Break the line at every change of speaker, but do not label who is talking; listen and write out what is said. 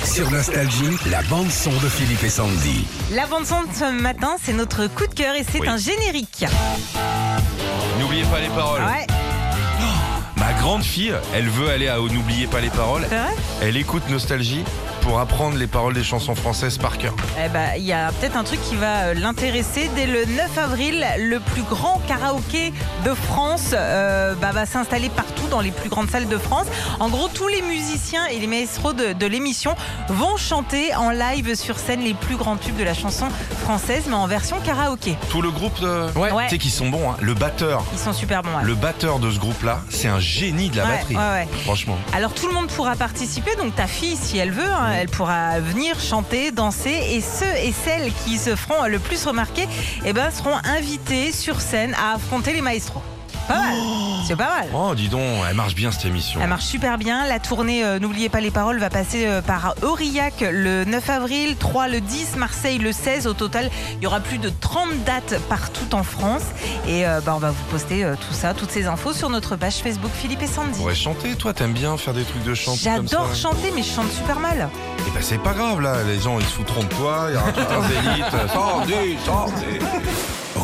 Sur Nostalgie, la bande-son de Philippe et Sandy.
La bande son de ce matin, c'est notre coup de cœur et c'est
Oui.
un générique.
N'oubliez pas les paroles.
Ouais,
Ma grande fille, elle veut aller à N'oubliez pas les paroles.
c'est vrai
Elle écoute Nostalgie pour apprendre les paroles des chansons françaises par cœur.
Eh ben, il y a peut-être un truc qui va euh, l'intéresser. Dès le 9 avril, le plus grand karaoké de France euh, bah, va s'installer partout dans les plus grandes salles de France. En gros, tous les musiciens et les maestros de, de l'émission vont chanter en live sur scène les plus grands tubes de la chanson française, mais en version karaoké.
Tout le groupe, euh,
Ouais.
tu sais qu'ils sont bons. hein. Le batteur,
Ils sont super bons. ouais.
le batteur de ce groupe-là, c'est un génie de la
Ouais,
batterie.
ouais, ouais.
Franchement.
Alors tout le monde pourra participer, donc ta fille si elle veut, hein, elle pourra venir chanter, danser et ceux et celles qui se feront le plus remarquer eh ben, seront invités sur scène à affronter les maestros. Pas mal, c'est pas mal.
Oh, dis donc, elle marche bien cette émission.
Elle marche super bien. La tournée euh, N'oubliez pas les paroles va passer euh, par Aurillac le 9 avril, 3 le 10, Marseille le 16. Au total, il y aura plus de 30 dates partout en France. Et euh, bah, on va vous poster euh, tout ça, toutes ces infos sur notre page Facebook Philippe et
Tu
Sandy.
pourrais chanter, toi, t'aimes bien faire des trucs de chant. hein.
J'adore chanter, mais je chante super mal.
Et bah, c'est pas grave, là, les gens, ils se foutront de toi, il y aura tout un zélite. Sortez, sortez.